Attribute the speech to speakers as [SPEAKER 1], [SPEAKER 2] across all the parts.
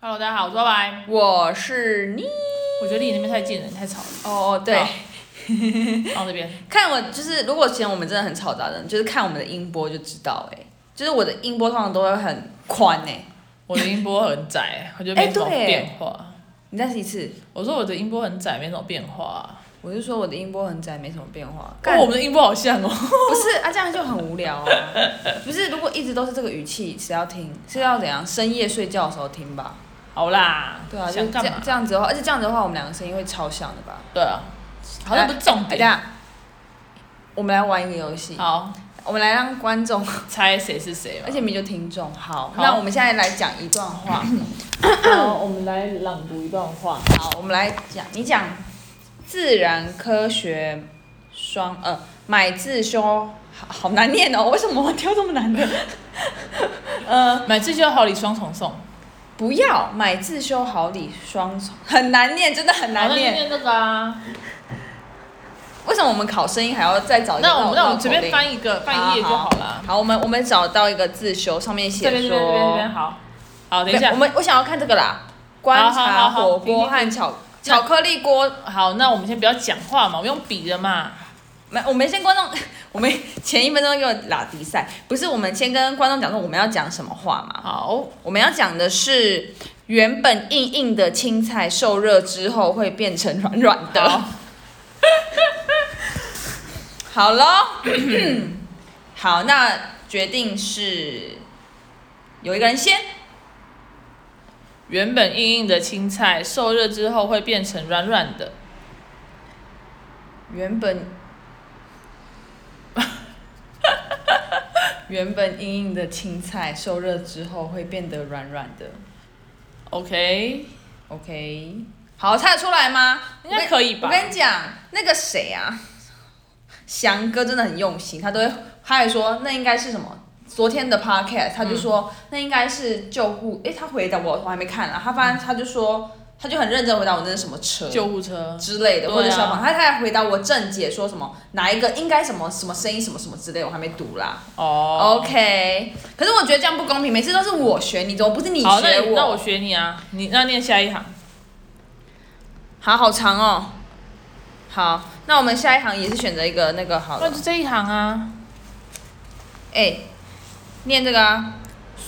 [SPEAKER 1] Hello，大家好，我是拜拜。
[SPEAKER 2] 我是你
[SPEAKER 1] 我觉得离你那边太近了，你太 吵了，
[SPEAKER 2] 哦哦，对
[SPEAKER 1] 好，放这边。
[SPEAKER 2] 看我就是，如果嫌我们真的很吵杂的人，就是看我们的音波就知道、哎，就是我的音波通常都会很宽哎、
[SPEAKER 1] 我的音波很窄，我觉得没什么
[SPEAKER 2] 哎对
[SPEAKER 1] 变化。
[SPEAKER 2] 你再试一次，
[SPEAKER 1] 我说我的音波很窄，没什么变化。
[SPEAKER 2] 我就说我的音波很窄，没什么变化。
[SPEAKER 1] 跟
[SPEAKER 2] 干
[SPEAKER 1] 我们的音波好像哦。
[SPEAKER 2] 不是啊，这样就很无聊 啊。不是，如果一直都是这个语气，谁要听？是要怎样？深夜睡觉的时候听吧。
[SPEAKER 1] 好 啦，
[SPEAKER 2] 对啊，就是
[SPEAKER 1] 想
[SPEAKER 2] 这
[SPEAKER 1] 干
[SPEAKER 2] 样
[SPEAKER 1] 嘛？
[SPEAKER 2] 这样子的话，而且这样子的话，我们两个声音会超像的吧？
[SPEAKER 1] 对啊，好像不是重
[SPEAKER 2] 哎，等一
[SPEAKER 1] 点。
[SPEAKER 2] 下，我们来玩一个游戏，
[SPEAKER 1] 好，
[SPEAKER 2] 我们来让观众
[SPEAKER 1] 猜谁是谁吧
[SPEAKER 2] 而。且明就听众，好
[SPEAKER 1] 好，
[SPEAKER 2] 那我们现在来讲一段话。
[SPEAKER 1] 好，我们来朗读一段话。
[SPEAKER 2] 好，我们来讲，你讲自然科学双呃买自修，好好难念哦，为什么我挑这么难的？呃，
[SPEAKER 1] 买这些好礼双重送，
[SPEAKER 2] 不要买自修好礼双重，很难念，真的很
[SPEAKER 1] 好那
[SPEAKER 2] 难
[SPEAKER 1] 就
[SPEAKER 2] 念。
[SPEAKER 1] 念这个啊。
[SPEAKER 2] 为什么我们考声音还要再找一个
[SPEAKER 1] 那我们
[SPEAKER 2] 绕
[SPEAKER 1] 那我们随
[SPEAKER 2] 口
[SPEAKER 1] 便
[SPEAKER 2] 令
[SPEAKER 1] 翻一个，翻一页就好啦。
[SPEAKER 2] 好，我们我们找到一个自修，上面写
[SPEAKER 1] 这边这
[SPEAKER 2] 说
[SPEAKER 1] 边这边这边好。好，等一下
[SPEAKER 2] 我。们我想要看这个啦，观
[SPEAKER 1] 好好
[SPEAKER 2] 察
[SPEAKER 1] 好
[SPEAKER 2] 火
[SPEAKER 1] 停
[SPEAKER 2] 锅
[SPEAKER 1] 停
[SPEAKER 2] 和巧巧克力锅
[SPEAKER 1] 好，那我们先不要讲话嘛，我们用笔的嘛。
[SPEAKER 2] 没，我们先观众， 我们前一分钟给我拉迪赛，不是我们先跟观众讲说我们要讲什么话嘛？
[SPEAKER 1] 好，
[SPEAKER 2] 我们要讲的是原本硬硬的青菜受热之后会变成软软的
[SPEAKER 1] 好。
[SPEAKER 2] 好喽， 好，那决定是有一个人先，
[SPEAKER 1] 原本硬硬的青菜，受热之后会变成软软的。
[SPEAKER 2] 原本 原本硬硬的青菜受热之后会变得软软的。
[SPEAKER 1] OK，
[SPEAKER 2] OK，好，猜得出来吗？
[SPEAKER 1] 应该可以
[SPEAKER 2] 我
[SPEAKER 1] 吧？
[SPEAKER 2] 跟你讲，那个谁啊，翔哥真的很用心，他都会，他还说那应该是什么？昨天的 podcast，他就说、
[SPEAKER 1] 嗯
[SPEAKER 2] 那应该是救护，诶，他回答我，我还没看啊，他反正他就说，他就很认真回答我那是什么车。
[SPEAKER 1] 嗯救护车。
[SPEAKER 2] 之类的，或者
[SPEAKER 1] 对啊
[SPEAKER 2] 消防，他他还回答我正解说什么哪一个应该什么什么声音什么什么之类，我还没读啦。
[SPEAKER 1] 哦。
[SPEAKER 2] OK，可是我觉得这样不公平，每次都是我学你，怎么不是你学
[SPEAKER 1] 好，那
[SPEAKER 2] 我？
[SPEAKER 1] 你那我学你啊，你那念下一行。
[SPEAKER 2] 好好长哦。好，那我们下一行也是选择一个那个好
[SPEAKER 1] 那
[SPEAKER 2] 了
[SPEAKER 1] 哦就。这一行啊。
[SPEAKER 2] 哎、念这个啊。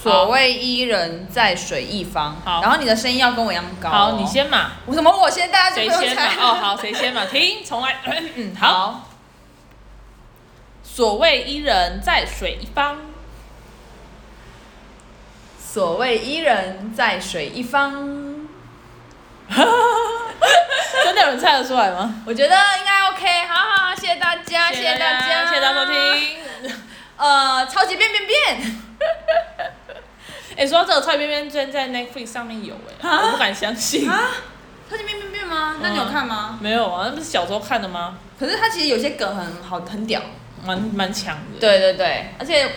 [SPEAKER 2] 所谓伊人在水一方，
[SPEAKER 1] 好
[SPEAKER 2] 然后你的声音要跟我一样高、哦
[SPEAKER 1] 好，你。先 嘛，
[SPEAKER 2] 我什么？我先？大家就
[SPEAKER 1] 谁
[SPEAKER 2] 不用
[SPEAKER 1] 先嘛
[SPEAKER 2] 猜。？
[SPEAKER 1] 哦，好，谁先嘛？停，重来。嗯，好。所谓伊人在水一方，
[SPEAKER 2] 所谓伊人在水一方，
[SPEAKER 1] 真的有人猜得出来吗？
[SPEAKER 2] 我觉得应该 OK。好好，好谢谢大家，谢
[SPEAKER 1] 谢
[SPEAKER 2] 大家，
[SPEAKER 1] 谢谢大家收。听。
[SPEAKER 2] 呃，超级变变变，
[SPEAKER 1] 哎，说到这个，蔡边边居然在 Netflix 上面有哎，我不敢相信。
[SPEAKER 2] 超级变变变吗？那你有
[SPEAKER 1] 嗯
[SPEAKER 2] 看吗？
[SPEAKER 1] 没有啊，那不是小时候看的吗？
[SPEAKER 2] 可是它其实有些梗很好，很屌。
[SPEAKER 1] 蛮蛮强的。
[SPEAKER 2] 对对对，而且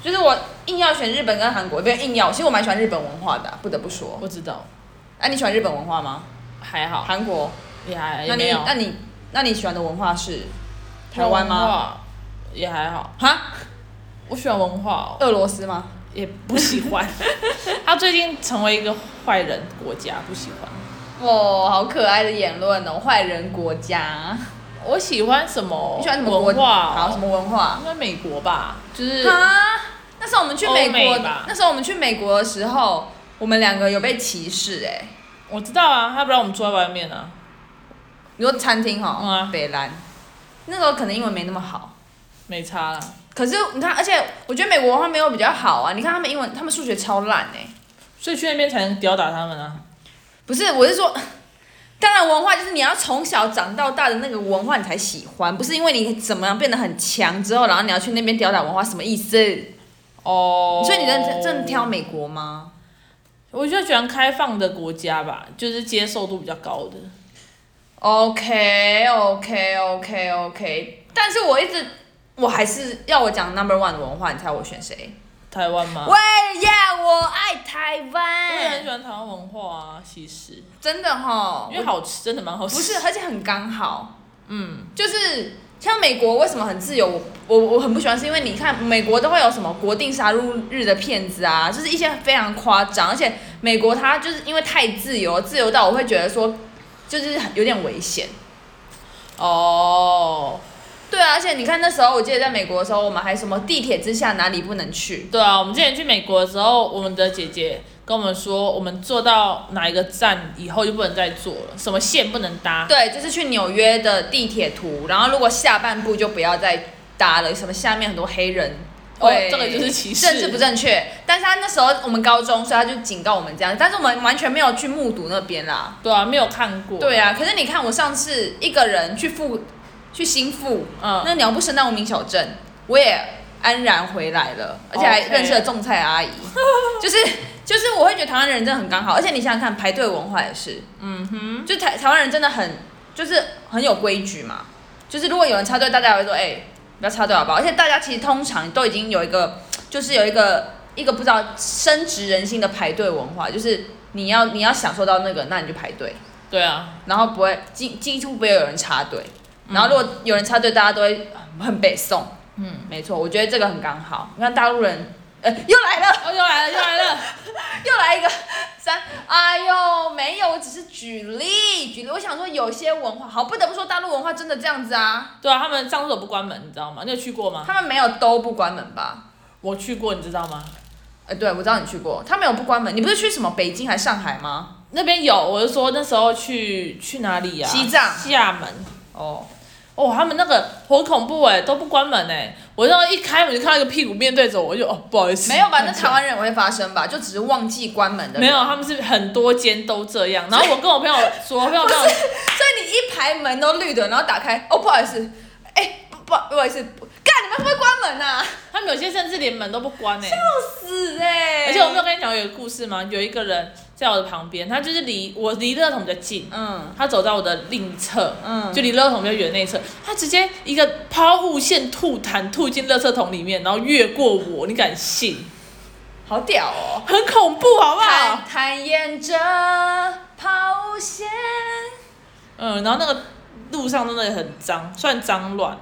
[SPEAKER 2] 就是我硬要选日本跟韩国，不要硬要。其实我蛮喜欢日本文化的啊、不得不说。
[SPEAKER 1] 我知道，
[SPEAKER 2] 哎、你喜欢日本文化吗？
[SPEAKER 1] 还好，
[SPEAKER 2] 韩国？
[SPEAKER 1] 也还
[SPEAKER 2] 那
[SPEAKER 1] 也
[SPEAKER 2] 你
[SPEAKER 1] 没有。
[SPEAKER 2] 那你那你喜欢的文化是台湾吗？？
[SPEAKER 1] 也还好，
[SPEAKER 2] 哈，
[SPEAKER 1] 我喜欢文化、哦，
[SPEAKER 2] 俄罗斯吗？
[SPEAKER 1] 也不喜欢。 他最近成为一个坏人国家，不喜欢。
[SPEAKER 2] 哦，好可爱的言论哦，坏人国家。
[SPEAKER 1] 我喜欢什么？
[SPEAKER 2] 你喜欢什么国
[SPEAKER 1] 文化哦？
[SPEAKER 2] 好，什么文化？
[SPEAKER 1] 应该美国吧，就是
[SPEAKER 2] 啊，那时候我们去美
[SPEAKER 1] 欧
[SPEAKER 2] 国
[SPEAKER 1] 美吧，
[SPEAKER 2] 那时候我们去美国的时候，我们两个有被歧视哎、
[SPEAKER 1] 我知道啊，他不让我们坐在外面啊。
[SPEAKER 2] 你说餐厅哈、
[SPEAKER 1] 嗯啊
[SPEAKER 2] 北兰，那时候可能英文没那么好。
[SPEAKER 1] 没差啦，
[SPEAKER 2] 可是你看，而且我觉得美国文化没有比较好啊。你看他们英文，他们数学超烂哎、
[SPEAKER 1] 所以去那边才能吊打他们啊。
[SPEAKER 2] 不是，我是说，当然文化就是你要从小长到大的那个文化你才喜欢，不是因为你怎么样变得很强之后，然后你要去那边吊打文化，什么意思？
[SPEAKER 1] 哦
[SPEAKER 2] 所以你真的真的挑美国吗？
[SPEAKER 1] 我就喜欢开放的国家吧，就是接受度比较高的。
[SPEAKER 2] OK OK OK OK，但是我一直我还是要我讲 number one 的文化，你猜我选谁？
[SPEAKER 1] 台湾
[SPEAKER 2] 哦
[SPEAKER 1] 吗？
[SPEAKER 2] 喂呀，我爱台
[SPEAKER 1] 我也很喜
[SPEAKER 2] 湾，
[SPEAKER 1] 欢台湾文化啊，其实
[SPEAKER 2] 真的哈
[SPEAKER 1] 因，为好吃，真的蛮好吃。
[SPEAKER 2] 不是，，而且很刚好。
[SPEAKER 1] 哦嗯，
[SPEAKER 2] 就是像美国为什么很自由，我我我很不喜欢，是因为你看美国都会有什么国定杀戮日的片子啊，就是一些非常夸张，而且美国它就是因为太自由，自由到我会觉得说，就是很有点危险。
[SPEAKER 1] 哦，
[SPEAKER 2] 对啊，而且你看那时候，我记得在美国的时候，我们还什么地铁之下哪里不能去，
[SPEAKER 1] 对啊，我们之前去美国的时候，我们的姐姐跟我们说，我们坐到哪一个站以后就不能再坐了，什么线不能搭。
[SPEAKER 2] 对，就是去纽约的地铁图，然后如果下半部就不要再搭了，什么下面很多黑人。
[SPEAKER 1] 哦
[SPEAKER 2] 会
[SPEAKER 1] 这个就是歧视
[SPEAKER 2] 政治不正确。但是他那时候我们高中，所以他就警告我们这样，但是我们完全没有去目睹那边啦。
[SPEAKER 1] 对啊，没有看过。
[SPEAKER 2] 对啊，可是你看，我上次一个人去富，去新富，
[SPEAKER 1] 嗯
[SPEAKER 2] 那鸟不生蛋无名小镇，我也安然回来了，而且还
[SPEAKER 1] OK
[SPEAKER 2] 认识了种菜阿姨，就是就是我会觉得台湾人真的很刚好，而且你想想看，排队文化也是，嗯哼，就台台湾人真的很就是很有规矩嘛，就是如果有人插队，大家也会说，哎、不要插队好不好？而且大家其实通常都已经有一个，就是有一个一个不知道深植人心的排队文化，就是你要你要享受到那个，那你就排队。
[SPEAKER 1] 对啊，
[SPEAKER 2] 然后不会几几乎不会有人插队，然后如果有人插队，大家都会呃很很北宋。嗯，没错，我觉得这个很刚好。你看大陆人，呃，又来了，
[SPEAKER 1] 哦，又来了，又来了。
[SPEAKER 2] 又来一个 三，哎呦，没有，我只是举例举例。我想说，有些文化，好，不得不说，大陆文化真的这样子啊，
[SPEAKER 1] 对啊，他们上厕所不关门，你知道吗？你有去过吗？
[SPEAKER 2] 他们没有都不关门吧？
[SPEAKER 1] 我去过，你知道吗？
[SPEAKER 2] 呃，对，我知道你去过，他没有不关门。你不是去什么北京还是上海吗？
[SPEAKER 1] 那边有，我就说那时候去去哪里呀、
[SPEAKER 2] 西藏
[SPEAKER 1] 厦门。
[SPEAKER 2] 哦，
[SPEAKER 1] 哦，他们那个好恐怖哎，都不关门哎。我那时候一开门就看到一个屁股面对着我，我就哦不好意思。
[SPEAKER 2] 没有吧？那
[SPEAKER 1] 站起
[SPEAKER 2] 台
[SPEAKER 1] 来
[SPEAKER 2] 湾人也会发生吧？就只是忘记关门的人。
[SPEAKER 1] 没有，他们是很多间都这样。然后我跟我朋友 说，朋友跟我
[SPEAKER 2] 所以你一排门都绿的，然后打开，哦，不好意思，哎、不不不好意思，不干，你们会不会关门啊？
[SPEAKER 1] 他们有些甚至连门都不关哎、
[SPEAKER 2] 死哎、
[SPEAKER 1] 而且我没有跟你讲有一个故事吗？有一个人在我的旁边，他就是离我离垃圾桶比较近，
[SPEAKER 2] 嗯
[SPEAKER 1] 他走到我的另一侧，
[SPEAKER 2] 嗯，
[SPEAKER 1] 就离垃圾桶比较远那一侧，他直接一个抛物线吐痰吐进垃圾桶里面，然后越过我，你敢信？
[SPEAKER 2] 好屌哦！
[SPEAKER 1] 很恐怖，好不好
[SPEAKER 2] 坦？坦沿着抛物线，
[SPEAKER 1] 嗯，然后那个路上真的很脏，算脏乱，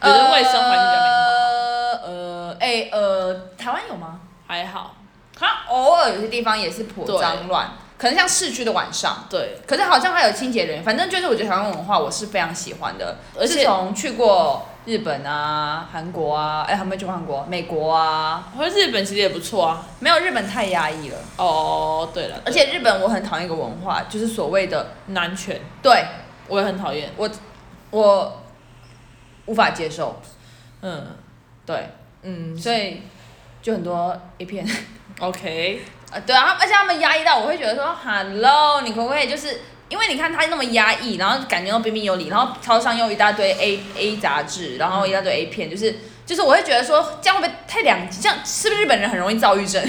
[SPEAKER 1] 可是卫生环境比较没那么好，
[SPEAKER 2] 呃呃，哎、呃，台湾有吗？
[SPEAKER 1] 还好。
[SPEAKER 2] 它偶尔有些地方也是颇
[SPEAKER 1] 对
[SPEAKER 2] 脏乱，可能像市区的晚上。
[SPEAKER 1] 对，
[SPEAKER 2] 可是好像还有清洁人员，反正就是我觉得台湾文化我是非常喜欢的，
[SPEAKER 1] 而且
[SPEAKER 2] 自从去过日本啊、韩国啊，哎、还没去过韩国、美国啊，
[SPEAKER 1] 我觉得日本其实也不错啊。
[SPEAKER 2] 没有日本太压抑了。
[SPEAKER 1] 哦，对了，
[SPEAKER 2] 而且日本我很讨厌一个文化，就是所谓的
[SPEAKER 1] 男权
[SPEAKER 2] 对
[SPEAKER 1] 我也很讨厌。
[SPEAKER 2] 我无法接受，
[SPEAKER 1] 嗯
[SPEAKER 2] 对，
[SPEAKER 1] 嗯
[SPEAKER 2] 所以就很多 A 片。
[SPEAKER 1] ，OK，
[SPEAKER 2] 呃，对啊，他而且他们压抑到我会觉得说，Hello，你可不可以就是因为你看他那么压抑，然后感觉到彬彬有礼，然后超商又一大堆 A A 杂志，然后一大堆 A 片，就是就是我会觉得说这样会不会太两极？这样是不是日本人很容易躁郁症？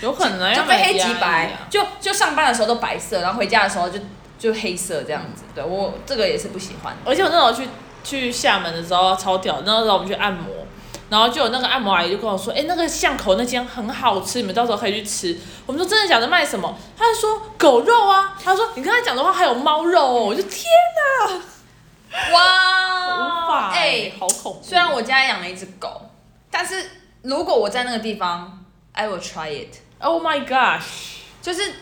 [SPEAKER 1] 有可能啊
[SPEAKER 2] 就
[SPEAKER 1] 要
[SPEAKER 2] 非
[SPEAKER 1] 买
[SPEAKER 2] 黑即
[SPEAKER 1] 压
[SPEAKER 2] 白
[SPEAKER 1] 抑啊，
[SPEAKER 2] 就就上班的时候都白色，然后回家的时候就就黑色这样子。对我这个也是不喜欢。
[SPEAKER 1] 而且我那时候去去厦门的时候超屌，那时候我们去按摩，然后就有那个按摩阿姨就跟我说，哎、那个巷口那间很好吃，你们到时候可以去吃。我们说真的假的卖什么？她就说狗肉啊，她说你跟她讲的话还有猫肉哦，我就天哪，无
[SPEAKER 2] 哇
[SPEAKER 1] 法，欸
[SPEAKER 2] 哎、
[SPEAKER 1] 好恐怖。
[SPEAKER 2] 虽然我家养了一只狗，但是如果我在那个地方，I will try it。
[SPEAKER 1] Oh my gosh，
[SPEAKER 2] 就是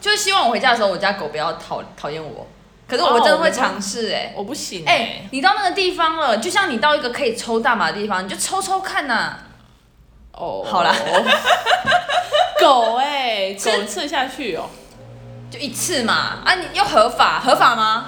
[SPEAKER 2] 就是希望我回家的时候，我家狗不要讨讨厌我。可是我真的会尝试哎
[SPEAKER 1] 哦我不行哎、
[SPEAKER 2] 哎，欸你到那个地方了，就像你到一个可以抽大麻的地方，你就抽抽看呐、
[SPEAKER 1] 哦、
[SPEAKER 2] 好啦，
[SPEAKER 1] 狗哎、
[SPEAKER 2] 是
[SPEAKER 1] 狗吃得下去哦、
[SPEAKER 2] 就一次嘛啊，你又合法合法吗？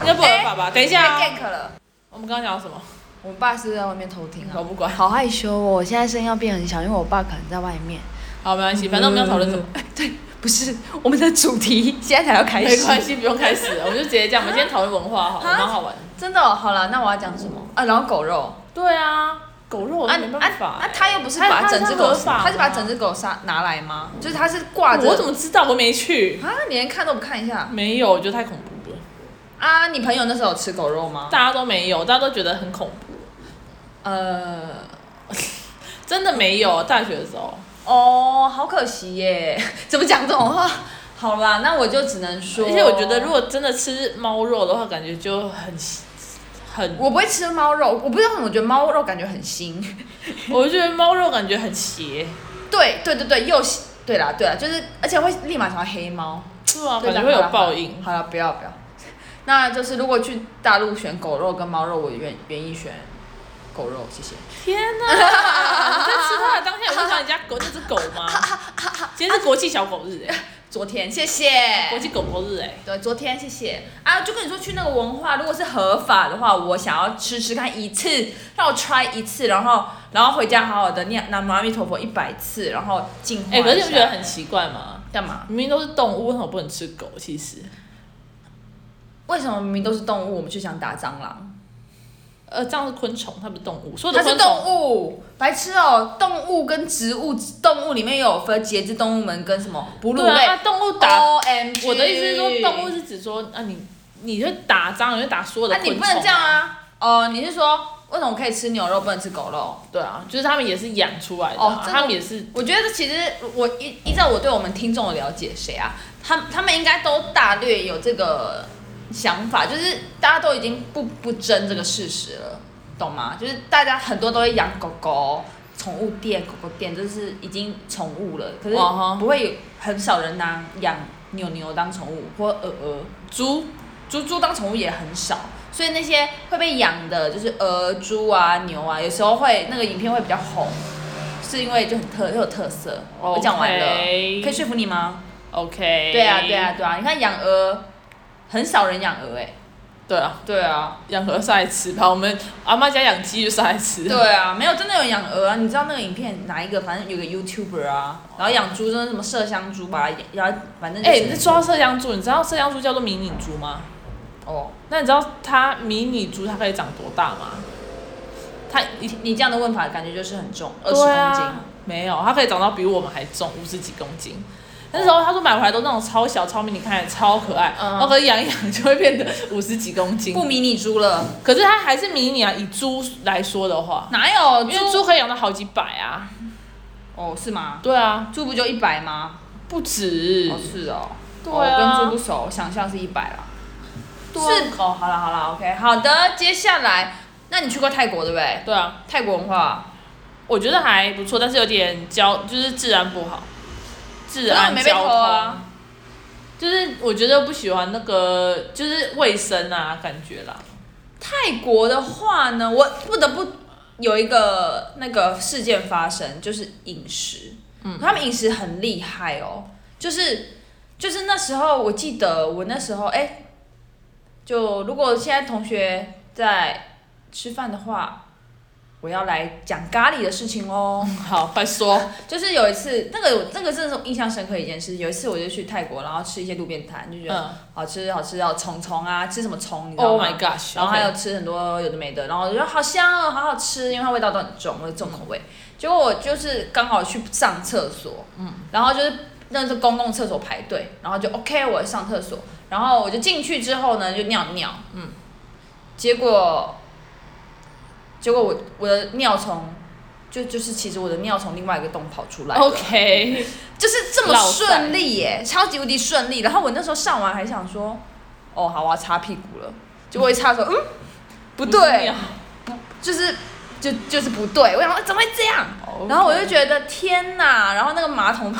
[SPEAKER 1] 那不合
[SPEAKER 2] 哎
[SPEAKER 1] 法吧？等一下、
[SPEAKER 2] 被
[SPEAKER 1] 啊，
[SPEAKER 2] gank 了。
[SPEAKER 1] 我们刚刚讲到什么？
[SPEAKER 2] 我爸是不是在外面偷听啊
[SPEAKER 1] 我，不管。
[SPEAKER 3] 好害羞哦！我现在声音要变很小，因为我爸可能在外面。嗯
[SPEAKER 1] 好，没关系，反正我们要讨论什么，
[SPEAKER 2] 不是我们的主题，现在才要开
[SPEAKER 1] 没
[SPEAKER 2] 始。
[SPEAKER 1] 关系，不用开始了，我们就直接讲。我们今天讨论文化好了，
[SPEAKER 2] 啊
[SPEAKER 1] 蛮好玩的。
[SPEAKER 2] 真的、哦、好了，那我要讲什么啊？然后狗肉，
[SPEAKER 1] 对啊，狗肉我
[SPEAKER 2] 啊
[SPEAKER 1] 都没
[SPEAKER 2] 啊
[SPEAKER 1] 办法
[SPEAKER 2] 啊
[SPEAKER 1] 欸。！
[SPEAKER 2] 他又不是
[SPEAKER 1] 他
[SPEAKER 2] 把
[SPEAKER 1] 他
[SPEAKER 2] 整只
[SPEAKER 1] 他
[SPEAKER 2] 狗
[SPEAKER 1] 合，法
[SPEAKER 2] 他是把
[SPEAKER 1] 吗
[SPEAKER 2] 整只狗杀拿来吗？就是他是挂着
[SPEAKER 1] 我怎么知道？我没去。
[SPEAKER 2] 啊？你连看都不看一下
[SPEAKER 1] 没有，我觉得太恐怖了。
[SPEAKER 2] 啊？你朋友那时候有吃狗肉吗？
[SPEAKER 1] 大家都没有，大家都觉得很恐怖，
[SPEAKER 2] 呃，
[SPEAKER 1] 真的没有。大学的时候，
[SPEAKER 2] 哦，好可惜耶！ 怎么讲这种话？好啦，那我就只能说，
[SPEAKER 1] 而且我觉得如果真的吃猫肉的话，感觉就很很，
[SPEAKER 2] 我不会吃猫肉，我不知道为什么，我觉得猫肉感觉很腥。
[SPEAKER 1] 我就觉得猫肉感觉很邪。
[SPEAKER 2] 对对对对，又腥对啦对啦，就是而且会立马想到黑猫，
[SPEAKER 1] 是啊，
[SPEAKER 2] 对
[SPEAKER 1] 感
[SPEAKER 2] 啦
[SPEAKER 1] 觉会有
[SPEAKER 2] 好啦
[SPEAKER 1] 报应。
[SPEAKER 2] 好了，不要不 要。那就是如果去大陆选狗肉跟猫肉，我愿愿意选狗肉，谢谢。
[SPEAKER 1] 天 哪！你在吃它的当下，有问到你家狗那只狗 吗？今天是国际小狗日哎、
[SPEAKER 2] 昨天谢谢，
[SPEAKER 1] 国际狗狗日哎、
[SPEAKER 2] 对，昨天谢谢啊，就跟你说去那个文化，如果是合法的话，我想要吃吃看一次，让我 try 一次，然后然后回家好好的念南无阿弥陀佛一百次，然后净化
[SPEAKER 1] 哎、
[SPEAKER 2] 一下。
[SPEAKER 1] 可是你不觉得很奇怪吗？
[SPEAKER 2] 干嘛？
[SPEAKER 1] 明明都是动物，为什么不能吃狗？其实，
[SPEAKER 2] 为什么明明都是动物，我们却想打蟑螂？
[SPEAKER 1] 呃，这样是昆虫，它不是动物。所有
[SPEAKER 2] 它
[SPEAKER 1] 的
[SPEAKER 2] 是
[SPEAKER 1] 昆虫，
[SPEAKER 2] 动物，白痴哦！动物跟植物，动物里面有分节肢动物哦门跟什么哺乳
[SPEAKER 1] 对
[SPEAKER 2] 类。
[SPEAKER 1] 啊，它动物打。
[SPEAKER 2] O M G！
[SPEAKER 1] 我的意思是说，动物是指说，啊你你就打蟑螂，你就打所有的
[SPEAKER 2] 啊，
[SPEAKER 1] 昆
[SPEAKER 2] 你
[SPEAKER 1] 虫。
[SPEAKER 2] 不能这样啊！哦，你是说为什么可以吃牛肉，不能吃狗肉？
[SPEAKER 1] 对啊，就是他们也是养出来的、啊
[SPEAKER 2] 哦，这个
[SPEAKER 1] 他们也是
[SPEAKER 2] 我觉得其实我依依照我对我们听众的了解，谁啊？他他们应该都大略有这个想法，就是大家都已经不不争这个事实了，懂吗？就是大家很多都会养狗狗，宠物店、狗狗店，就是已经宠物了，可是
[SPEAKER 1] 嗯哼
[SPEAKER 2] 不会有很少人拿养牛牛当宠物或鹅鹅。
[SPEAKER 1] 猪，
[SPEAKER 2] 猪猪当宠物也很少，所以那些会被养的，就是鹅、猪啊、牛啊，有时候会那个影片会比较红，是因为就很特又有特色。我讲完了，可以说服你吗？
[SPEAKER 1] OK。
[SPEAKER 2] 对啊，对啊，，对啊！你看养鹅，很少人养鹅哎、
[SPEAKER 1] 对啊，
[SPEAKER 2] 对啊，
[SPEAKER 1] 养鹅杀来吃吧。我们阿妈家养鸡就杀来吃。
[SPEAKER 2] 对啊，没有真的有养鹅啊！你知道那个影片哪一个？反正有个 YouTuber 啊，然后养猪，真的什么麝香猪吧，然后反正就
[SPEAKER 1] 哎、
[SPEAKER 2] 欸是、
[SPEAKER 1] 那说到麝香猪，你知道麝香猪叫做迷你猪吗？
[SPEAKER 2] 哦，
[SPEAKER 1] 那你知道它迷你猪它可以长多大吗？它一
[SPEAKER 2] 你你这样的问法感觉就是很重，二十
[SPEAKER 1] 对
[SPEAKER 2] 公斤。
[SPEAKER 1] 啊，没有，它可以长到比我们还重，五十几公斤。那时候他说买回来都那种超小超迷你，看起来超可爱，
[SPEAKER 2] 嗯
[SPEAKER 1] 然后可是养一养就会变得五十几公斤
[SPEAKER 2] 不。迷你猪了，
[SPEAKER 1] 可是它还是迷你啊，以猪来说的话，
[SPEAKER 2] 哪有
[SPEAKER 1] 因为猪可以养到好几百啊。
[SPEAKER 2] 哦，是吗？
[SPEAKER 1] 对啊，
[SPEAKER 2] 猪不就一百吗？
[SPEAKER 1] 不止。
[SPEAKER 2] 哦，是哦。
[SPEAKER 1] 对
[SPEAKER 2] 哦
[SPEAKER 1] 啊
[SPEAKER 2] 我跟猪不熟，我想象是一百啦。
[SPEAKER 1] 对啊
[SPEAKER 2] 是哦，好了好了，OK，好的。接下来，那你去过泰国对不对？
[SPEAKER 1] 对啊，
[SPEAKER 2] 泰国文化，
[SPEAKER 1] 我觉得还不错，但是有点交，就是治安不好，治
[SPEAKER 2] 可是我
[SPEAKER 1] 安
[SPEAKER 2] 没被
[SPEAKER 1] 交
[SPEAKER 2] 偷
[SPEAKER 1] 通。
[SPEAKER 2] 啊
[SPEAKER 1] 就是我觉得不喜欢那个，就是卫生啊，感觉啦。
[SPEAKER 2] 泰国的话呢，我不得不有一个那个事件发生，就是饮食。嗯，他们饮食很厉害哦，就是就是那时候我记得我那时候哎、就如果现在同学在吃饭的话，我要来讲咖喱的事情喽。
[SPEAKER 1] 好，快说。
[SPEAKER 2] 就是有一次，那个我那个真的是印象深刻一件事。有一次我就去泰国，然后吃一些路边摊，就觉得
[SPEAKER 1] 嗯
[SPEAKER 2] 好吃好吃，然后虫虫啊，吃什么虫你知道
[SPEAKER 1] ，Oh
[SPEAKER 2] 吗
[SPEAKER 1] my gosh。
[SPEAKER 2] 然后还有吃很多有的没的，然后我就说好香哦，好好吃，因为它味道都很重，我就重口味。结果我就是刚好去上厕所，嗯，然后就是那是公共厕所排队，然后就 OK，我上厕所，然后我就进去之后呢就尿尿，嗯，结果结果我我的尿从就就是其实我的尿从另外一个洞跑出来了
[SPEAKER 1] OK，
[SPEAKER 2] 就是这么
[SPEAKER 1] 落塞
[SPEAKER 2] 顺利耶，超级无敌顺利。然后我那时候上完还想说，哦，好，我要擦屁股了。结果一擦的时候，嗯，不对，就是就就是不对。我想说怎么会这样
[SPEAKER 1] OK
[SPEAKER 2] 然后我就觉得天哪！然后那个马桶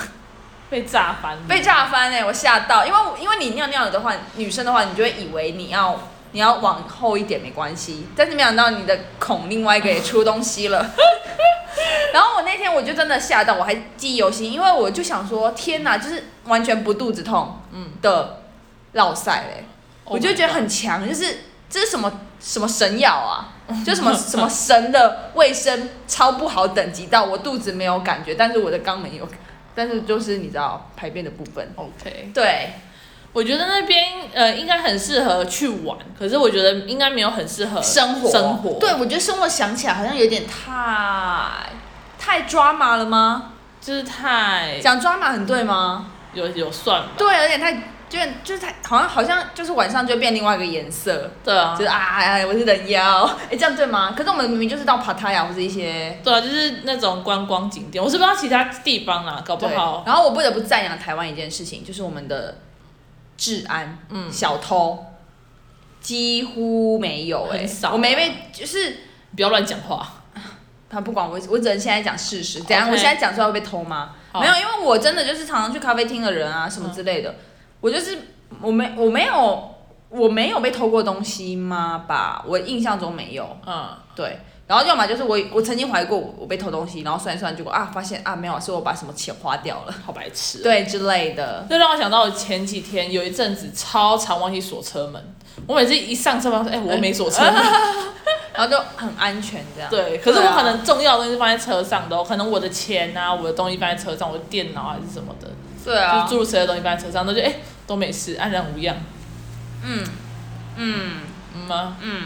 [SPEAKER 1] 被炸翻了。
[SPEAKER 2] 被炸翻哎，我吓到，因为我因为你尿尿的话，女生的话，你就会以为你要你要往后一点没关系，但是没想到你的孔另外一个也出东西了。 然后我那天我就真的吓到，我还记忆犹新，因为我就想说，天哪，就是完全不肚子痛，嗯的落塞嘞，
[SPEAKER 1] Oh
[SPEAKER 2] 我就觉得
[SPEAKER 1] my
[SPEAKER 2] 很强，就是这是什么什么神药啊，就什么 什么神的卫生超不好等级到我肚子没有感觉，但是我的肛门有，但是就是你知道排便的部分，
[SPEAKER 1] God OK，
[SPEAKER 2] 对，
[SPEAKER 1] 我觉得那边呃应该很适合去玩，可是我觉得应该没有很适合
[SPEAKER 2] 呃生活
[SPEAKER 1] 生活
[SPEAKER 2] 对，我觉得生活想起来好像有点太太抓马了吗？
[SPEAKER 1] 就是太
[SPEAKER 2] 讲抓马很对吗？
[SPEAKER 1] 有有算吧。
[SPEAKER 2] 对，有点太。就就是太好像好像就是晚上就变另外一个颜色，
[SPEAKER 1] 对啊
[SPEAKER 2] 就，是啊，哎我是人妖，哎、这样对吗？可是我们明明就是到帕塔亚或者一些
[SPEAKER 1] 对啊，就是那种观光景点，我是不知道其他地方啦，搞不
[SPEAKER 2] 对
[SPEAKER 1] 好。
[SPEAKER 2] 然后我不得不赞扬台湾一件事情，就是我们的治安，嗯，小偷几乎没有、哎，
[SPEAKER 1] 很少
[SPEAKER 2] 我没被，就是啊
[SPEAKER 1] 不要乱讲话。
[SPEAKER 2] 他不管我，我只能现在讲事实。怎样
[SPEAKER 1] OK
[SPEAKER 2] 我现在讲出来会被偷吗？
[SPEAKER 1] 好嗯
[SPEAKER 2] 没有，因为我真的就是常常去咖啡厅的人啊，什么之类的。我就是我没我没有我没有被偷过东西吗？吧，我印象中没有。
[SPEAKER 1] 嗯，
[SPEAKER 2] 对，然后要么就是我我曾经怀疑过我我被偷东西，然后算一算结果啊发现啊没有，是我把什么钱花掉了，
[SPEAKER 1] 好白痴、哦。
[SPEAKER 2] 对之类的。
[SPEAKER 1] 这让我想到前几天有一阵子超常忘记锁车门，我每次一上车门，哎、我没锁车门。
[SPEAKER 2] 然后就很安全这样。
[SPEAKER 1] 对，可是我
[SPEAKER 2] 对啊
[SPEAKER 1] 可能重要的东西放在车上的哦，可能我的钱啊，我的东西放在车上，我的电脑还是什么的，就
[SPEAKER 2] 对
[SPEAKER 1] 是
[SPEAKER 2] 啊，
[SPEAKER 1] 诸如此类的东西放在车上，都觉得哎、都没事，安然无恙。
[SPEAKER 2] 嗯嗯
[SPEAKER 1] 嗯吗？
[SPEAKER 2] 嗯，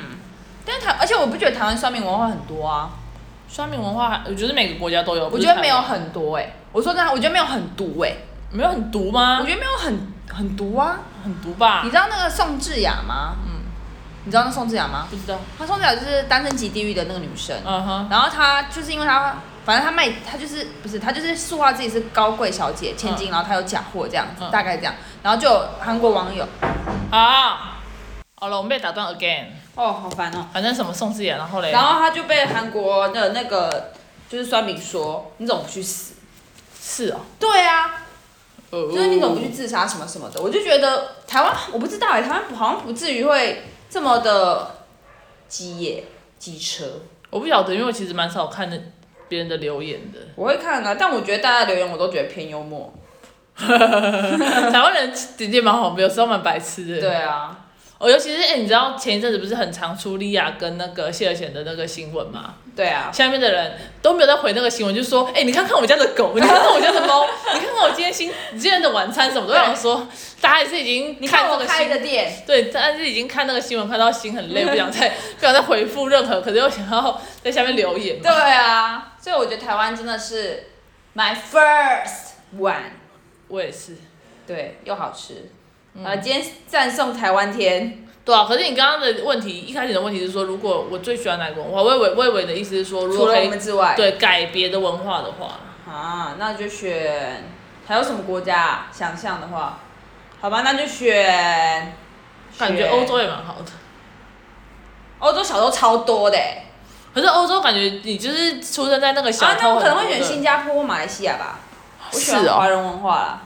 [SPEAKER 2] 但是台而且我不觉得台湾算命文化很多啊，
[SPEAKER 1] 刷屏文化还，我觉得每个国家都有。
[SPEAKER 2] 我
[SPEAKER 1] 不是
[SPEAKER 2] 觉得
[SPEAKER 1] 台
[SPEAKER 2] 没有
[SPEAKER 1] 湾
[SPEAKER 2] 很多哎、我说真的，我觉得没有很毒哎、
[SPEAKER 1] 没有很毒吗
[SPEAKER 2] 我？觉得没有很很毒啊。
[SPEAKER 1] 很毒吧
[SPEAKER 2] 你？知道那个宋智雅吗？
[SPEAKER 1] 嗯，
[SPEAKER 2] 你知道那宋智雅吗？
[SPEAKER 1] 不知道。
[SPEAKER 2] 她宋智雅就是单身级地狱的那个女生，
[SPEAKER 1] 嗯哼，
[SPEAKER 2] 然后她就是因为她，反正她卖，她就是不是她就是塑化自己是高贵小姐千金，然后她有假货这样子，
[SPEAKER 1] 嗯
[SPEAKER 2] 大概这样，然后就有韩国网友
[SPEAKER 1] 好，好了，我们被打断 again。
[SPEAKER 2] 哦好烦哦，
[SPEAKER 1] 反正什么宋智雅，然后嘞，
[SPEAKER 2] 然后她就被韩国的那个就是酸民说你怎么不去死？
[SPEAKER 1] 是哦，
[SPEAKER 2] 对啊，
[SPEAKER 1] 就
[SPEAKER 2] 就是你怎么不去自杀什么什么的，我就觉得台湾我不知道哎、台湾好像不至于会这么的鸡耶机车。
[SPEAKER 1] 我不晓得，因为我其实蛮少看的别人的留言的。
[SPEAKER 2] 我会看啊，但我觉得大家的留言我都觉得偏幽默。
[SPEAKER 1] 台湾人的确蛮好，有时候蛮白痴的。
[SPEAKER 2] 对，啊，
[SPEAKER 1] 哦，尤其是哎、你知道前一阵子不是很常出莉亚跟那个谢尔贤的那个新闻吗？
[SPEAKER 2] 对啊，
[SPEAKER 1] 下面的人都没有在回那个新闻，就说：“哎、你看看我家的狗， 你看看我家的猫，你看看我今天新今天的晚餐什么的。”我
[SPEAKER 2] 对
[SPEAKER 1] 想说，大家也是已经
[SPEAKER 2] 你看
[SPEAKER 1] 这
[SPEAKER 2] 我
[SPEAKER 1] 个
[SPEAKER 2] 开
[SPEAKER 1] 新
[SPEAKER 2] 的店，
[SPEAKER 1] 对，但是已经看那个新闻看到心很累，不想再 不想再回复任何，可是又想要在下面留言嘛。
[SPEAKER 2] 对啊，所以我觉得台湾真的是 my first one，
[SPEAKER 1] 我也是。
[SPEAKER 2] 对，又好吃。
[SPEAKER 1] 嗯
[SPEAKER 2] 啊，今天赞颂台湾天，
[SPEAKER 1] 对啊，可是你刚刚的问题，一开始的问题是说，如果我最喜欢哪个文化？我以为我以为你的意思是说，如
[SPEAKER 2] 除
[SPEAKER 1] 果
[SPEAKER 2] 了
[SPEAKER 1] 可
[SPEAKER 2] 我
[SPEAKER 1] 以
[SPEAKER 2] 们之外，
[SPEAKER 1] 对改别的文化的话，
[SPEAKER 2] 啊，那就选还有什么国家啊、想象的话，好吧，那就选，
[SPEAKER 1] 感觉
[SPEAKER 2] 选
[SPEAKER 1] 欧洲也蛮好的。
[SPEAKER 2] 欧洲小偷超多的欸、
[SPEAKER 1] 可是欧洲感觉你就是出生在那个小
[SPEAKER 2] 啊，那
[SPEAKER 1] 偷
[SPEAKER 2] 我
[SPEAKER 1] 很多
[SPEAKER 2] 可
[SPEAKER 1] 的、
[SPEAKER 2] 能会选新加坡或马来西亚吧，我喜欢
[SPEAKER 1] 是哦
[SPEAKER 2] 华人文化啦。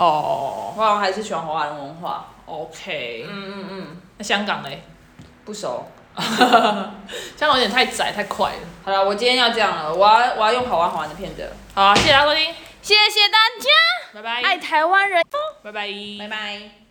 [SPEAKER 1] 哦
[SPEAKER 2] 我好像还是喜欢华人文化。
[SPEAKER 1] ，OK，
[SPEAKER 2] 嗯嗯嗯，
[SPEAKER 1] 那香港嘞？
[SPEAKER 2] 不熟。
[SPEAKER 1] 香港有点太窄太快了。
[SPEAKER 2] 好了，我今天要这样了，我要我要用好玩好玩的片子了。
[SPEAKER 1] 好、啊，谢谢大家收听，
[SPEAKER 2] 谢谢大
[SPEAKER 1] 拜
[SPEAKER 2] 家，
[SPEAKER 1] 拜，
[SPEAKER 3] 爱台湾人。
[SPEAKER 1] 拜拜，
[SPEAKER 2] 拜拜。